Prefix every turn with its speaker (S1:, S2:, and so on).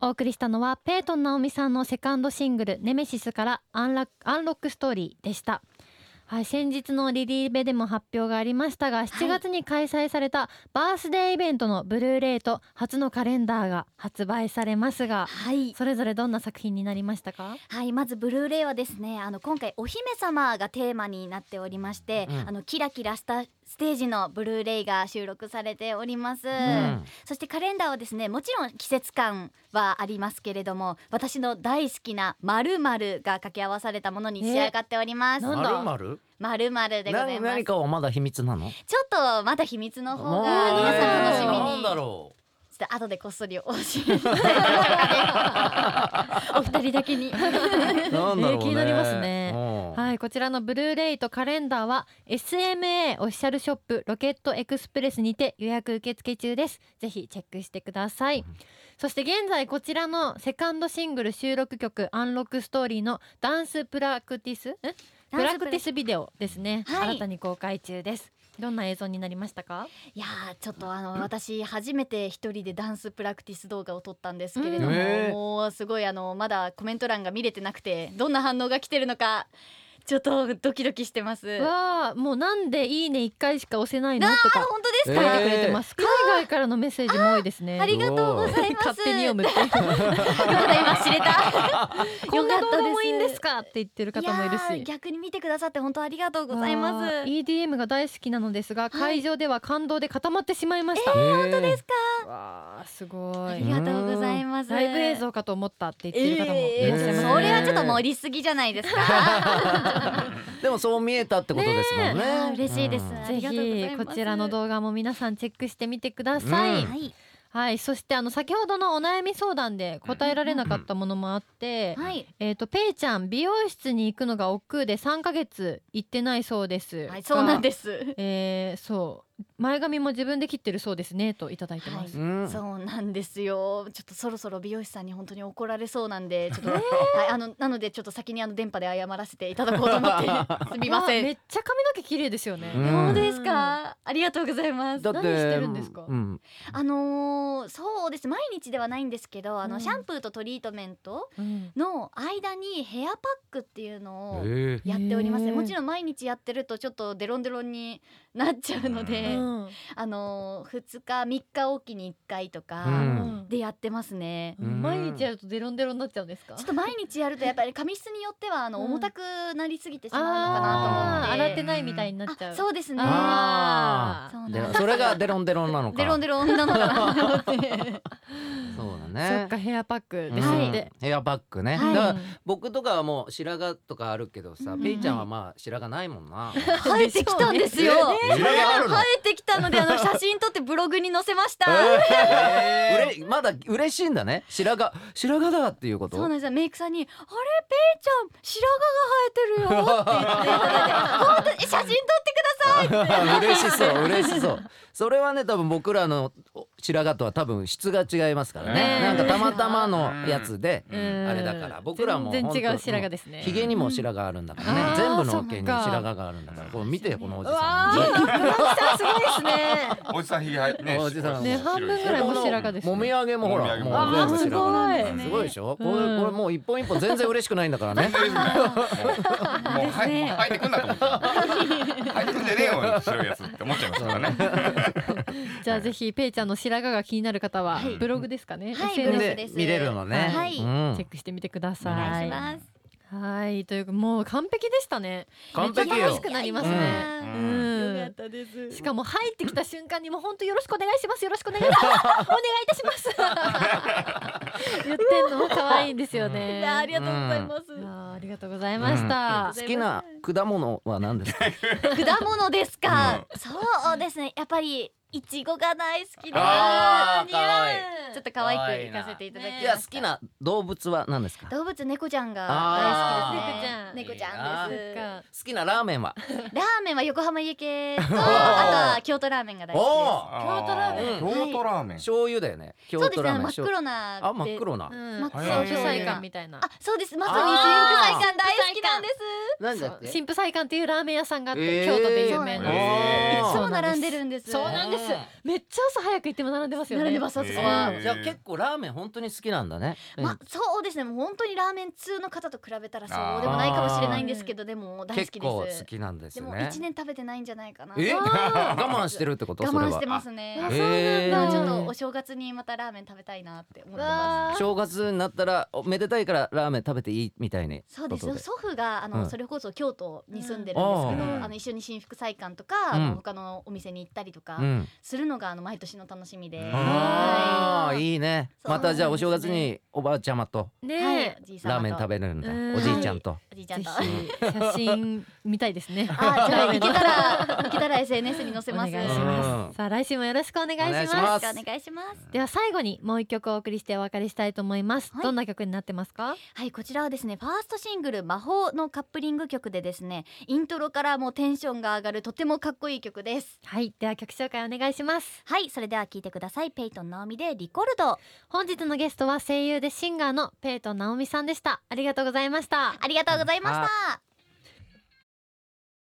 S1: お送りしたのはペイトン直美さんのセカンドシングル「ネメシス」からアンラ「アンロックストーリー」でした。はい、先日のリリーベでも発表がありましたが7月に開催されたバースデーイベントのブルーレイと初のカレンダーが発売されますが
S2: はい
S1: それぞれどんな作品になりました か
S2: はいまずブルーレイはですねあの今回お姫様がテーマになっておりまして、
S3: うん
S2: あのキラキラしたステージのブルーレイが収録されております、
S3: うん
S2: そしてカレンダーはですねもちろん季節感はありますけれども私の大好きな〇〇が掛け合わされたものに仕上がっております
S1: えなんだ
S3: まる
S2: 〇〇でございま
S3: 何
S2: す
S3: かはまだ秘密なの
S2: ちょっとまだ秘密の方
S3: な
S2: が
S3: ん
S2: 皆
S3: だ
S2: さん楽しみ
S3: えーなん
S2: に
S3: だろう
S2: ちょっと後でこっそり教えてお二人だけ に
S3: なんだろうね、
S1: えー気になりますね
S3: うん
S1: はい、こちらのブルーレイとカレンダーは SMA オフィシャルショップロケットエクスプレスにて予約受付中です。ぜひチェックしてください。そして現在こちらのセカンドシングル収録曲「アンロックストーリー」のダンスプラクティスんプラクティスビデオですね、
S2: はい
S1: 新たに公開中です。どんな映像になりましたか？
S2: いやーちょっとあの私初めて一人でダンスプラクティス動画を撮ったんですけれども、
S3: うんへー
S2: もうすごいあのまだコメント欄が見れてなくてどんな反応が来てるのかちょっとドキドキしてます。あ
S1: わあ、もうなんでいいね一回しか押せないのとか
S2: 本当で
S1: 書
S2: す
S1: い
S2: か、
S1: てくれてます。海外からのメッセージも多いですね。
S2: ありがとうございます。
S1: 勝手に読むって。
S2: と いうことで今知れた。
S1: こんな動画もいいんです
S2: か
S1: かって言ってる方もいる
S2: やー
S1: し。
S2: 逆に見てくださって本当ありがとうございます。
S1: わー EDM が大好きなのですが、会場では感動で固まってしまいました。
S3: 本当ですか
S1: わあすご
S2: あ
S1: い
S2: り。がとうございます。
S1: ライブ映像かと思ったって言ってる方もい
S2: え
S1: らっしゃいます
S2: ー
S1: ね。
S2: それはちょっと盛りすぎじゃないですか。
S3: でもそう見えたってことですもん
S2: ねえあー
S3: ね
S2: 嬉しいです
S3: うん
S2: あ
S1: ぜ
S2: りがとうござい
S1: ひ
S2: ます
S1: こちらの動画も皆さんチェックしてみてください。
S3: うん
S2: はい。
S1: はい、そしてあの先ほどのお悩み相談で答えられなかったものもあって、
S2: はい。
S1: えっ、とペイちゃん美容室に行くのが億劫で3ヶ月行ってないそうです。
S2: はい、そうなん
S1: す
S2: です。
S1: えー、そう前髪も自分で切ってるそうですねといただいてます、
S2: は
S3: うん
S2: そうなんですよちょっとそろそろ美容師さんに本当に怒られそうなんでちょっと、はい、あのなのでちょっと先にあの電波で謝らせていただこうと思ってすみませ
S1: わめ
S2: ん
S1: っちゃ髪の毛綺麗ですよね、
S3: うん
S2: 本当ですかありがとうございます
S3: だって
S1: 何してるんですか
S3: うん
S2: あのーそうです毎日ではないんですけどあの、
S1: うん
S2: シャンプーとトリートメント
S1: うん
S2: の間にヘアパックっていうのを
S3: え
S2: やっておりますね、
S1: へー
S2: もちろん毎日やってるとちょっとデロンデロンになっちゃうので、
S1: うん
S2: あのー、2日3日おきに1回とか
S3: うん
S2: でやってますね、
S3: うん
S1: 毎日やるとデロンデロンになっちゃうんですか
S2: ちょっと毎日やるとやっぱり髪質によってはあの
S1: うん
S2: 重たくなりすぎてしまうのかな
S1: あ
S2: と
S1: ー
S2: 思
S1: 洗
S2: っ
S1: ってて。ないみたいになっちゃう
S2: あそうですね。
S3: あ
S2: そう
S3: ー
S2: なん
S3: で
S2: だ
S3: それがデロンデロンなのか
S2: デロンデロンなのかなと思って。
S3: そう
S1: そ
S3: だ
S1: っ
S3: ね
S1: かヘアパックです
S3: うん
S1: って、
S3: ヘアバッグね
S2: はい
S3: だか
S1: う
S3: ら
S1: ん
S3: 僕とかはもう白髪とかあるけど
S2: う
S3: さ
S2: ん
S3: ペイちゃんはまあ白髪ないもん な
S2: 生えてきたんですよ。
S3: ね
S2: 生
S3: 裏があるの
S2: えてきたのであの写真撮ってブログに載せました。
S3: えーうれまだ嬉しいんだね白髪白髪だっていうこと
S2: そうなんですよメイクさんに「あれペイちゃん白髪 が生えてるよ」って言っていただいて本当に「写真撮ってください」
S3: 嬉し そう嬉しそうそれはね多分僕らの白髪とは多分質が違いますからね
S1: ねえ
S3: なんかたまたまのやつで
S1: うん
S3: あれだから僕らも
S1: 全然違う
S3: 本当
S1: 白髪ですね
S3: ひげにも白髪あるんだから
S1: うん
S3: ね全部の
S1: あー
S3: 毛に
S1: そっか
S3: 白髪があるんだからこう見てこのおじ
S1: うわ
S3: さん
S1: ー黒木さんすごいですね
S4: おじさんひげはね
S3: おじさん
S1: ね半分ぐらいも白髪ですね
S3: もみあげもほら
S4: も
S3: も
S4: み
S3: う
S4: あげ
S3: 全
S4: も
S3: 部白髪なんだか
S1: あーすごい
S3: らすごいでしょこ
S1: うん
S3: れこれもう一本一本全然嬉しくないんだか らね
S4: もうはい入ってくんなと思った入ってくんじゃねえよ白いやつって思っちゃいますからね
S1: じゃあぜひペイちゃんの白髪が気になる方は
S2: はい
S1: ブログですかね、
S2: はいブログ
S1: SNS
S2: で
S3: で見れるのね
S2: はい
S3: うん
S1: チェックしてみてくだ
S2: お
S1: さい。
S2: 願いします。
S1: はいというもう完璧でしたね。
S3: 完
S1: めっちゃ
S3: 璧
S1: 楽
S3: よ
S1: しくなります
S3: いやい
S1: ね。
S2: う
S1: うんん
S2: よかったです。
S1: しかも入ってきた瞬間にもう本当よろしくお願いしますよろしくお願いし ますお願いいたします言ってんのも可愛いんですよね。
S2: いやありがとうございます。
S1: いやーありがとうございました。
S3: 好きな果物は何ですか
S2: 果物ですか、そうですねやっぱりいちごが大好きです
S3: あー
S2: 似合う
S3: 可愛い
S2: ちょっと可愛く行かせていただきま
S1: ね
S2: し
S3: い
S2: た
S3: や好きな動物は何ですか好
S2: 動物猫ちゃんが
S3: あ
S2: 大好
S3: ー
S2: きで
S1: 猫
S2: すね猫
S3: ち
S2: ち
S3: ゃん
S2: ゃん
S1: そっ
S2: です
S1: か
S3: きなラーメンは
S2: ラーメンは横浜家系とあと
S3: ー
S2: は京都ラーメンが大好
S3: お
S1: 京都ラーメ
S3: ン
S4: 京都ラーメン
S3: 醤油だよね
S2: きで
S3: 京
S2: すそうです
S3: 都
S2: ね
S3: ラ
S2: あ
S3: ー
S2: の
S3: メン
S2: 真っ黒な
S1: う
S3: あ真っ黒な
S1: ん、
S2: 真っ
S1: 神
S2: 黒
S4: な
S1: 父祭館みたいな
S2: あ。そうですまさに
S3: あー
S2: 西洋館大好きなんです
S3: 何だっけ
S1: 神父祭館っていうラーメン屋さんがあって、
S3: えー
S1: 京都で有名な。
S2: そ
S3: あー
S2: う並んでるんです
S1: そうなんですめっちゃ朝早く行っても並んでますよね
S2: 並んでますあそこ
S4: へ
S2: は
S4: ー。
S3: じゃあ結構ラーメン本当に好きなんだね。
S2: まあそうですねもう本当にラーメン通の方と比べたらそうでもないかもしれないんですけどでも大好
S3: 結
S2: き
S3: 構
S2: です
S3: 好。きなんです
S2: で
S3: よ
S2: も
S3: ね
S2: 一。年食べてないんじゃないかな。
S3: え
S2: 我
S3: 我慢してるってこと？それ
S2: 慢
S3: は
S2: してますね。
S1: あ
S2: あ
S1: そう
S3: へ
S1: な
S2: ま
S1: ん
S2: あ
S1: だ
S2: ちょっとお正月にまたラーメン食べたいなって思ってま
S1: わー
S3: 正月になったらおめでたいからラーメン食べていいみたいに。
S2: す。そうです
S3: こ
S2: ね。
S3: と
S2: 祖父があの、
S3: うん
S2: それこそ京都に住んでるんですけど、
S3: うん
S1: あー
S2: あの一緒に新福祭館とか、あ
S3: うん
S2: の他のお店に行ったりとか
S3: うん。
S2: するのがあの毎年の楽しみで、
S4: うん
S2: は
S3: ああいいね。
S2: そう
S3: またじゃあお正月におばあちゃまと
S2: い、
S1: ね
S2: はい、おじいさん
S3: ラーメン食べるんだ。おじいちゃんと。
S2: おじいちゃ
S1: ぜ
S2: ん
S1: ひ
S2: と。
S1: 写真見たいです ね
S2: あーじゃ
S1: ラ
S2: あ
S1: ーメ
S2: 行
S1: ンの
S2: けたら行けたら SNS に載せ
S1: お
S2: ま
S1: 願いし
S2: す。よろしく
S1: ます、
S3: うん
S1: さあ来週もよろしくお願いします
S3: お願いします
S2: お願いします。
S1: では最後にもう一曲お送りしてお別れしたいと思います、
S2: はい
S1: どんな曲になってますか
S2: はいこちらはですねファーストシングル「魔法」のカップリング曲でですねイントロからもうテンションが上がるとてもかっこいい曲です
S1: はいでは曲紹介お願いします
S2: はいそれでは聴いてくださいペイトン直美で「リコルド
S1: 本日のゲストは声優でシンガーのペイトン直美さんでしたありがとうございました」
S2: ありがとうございました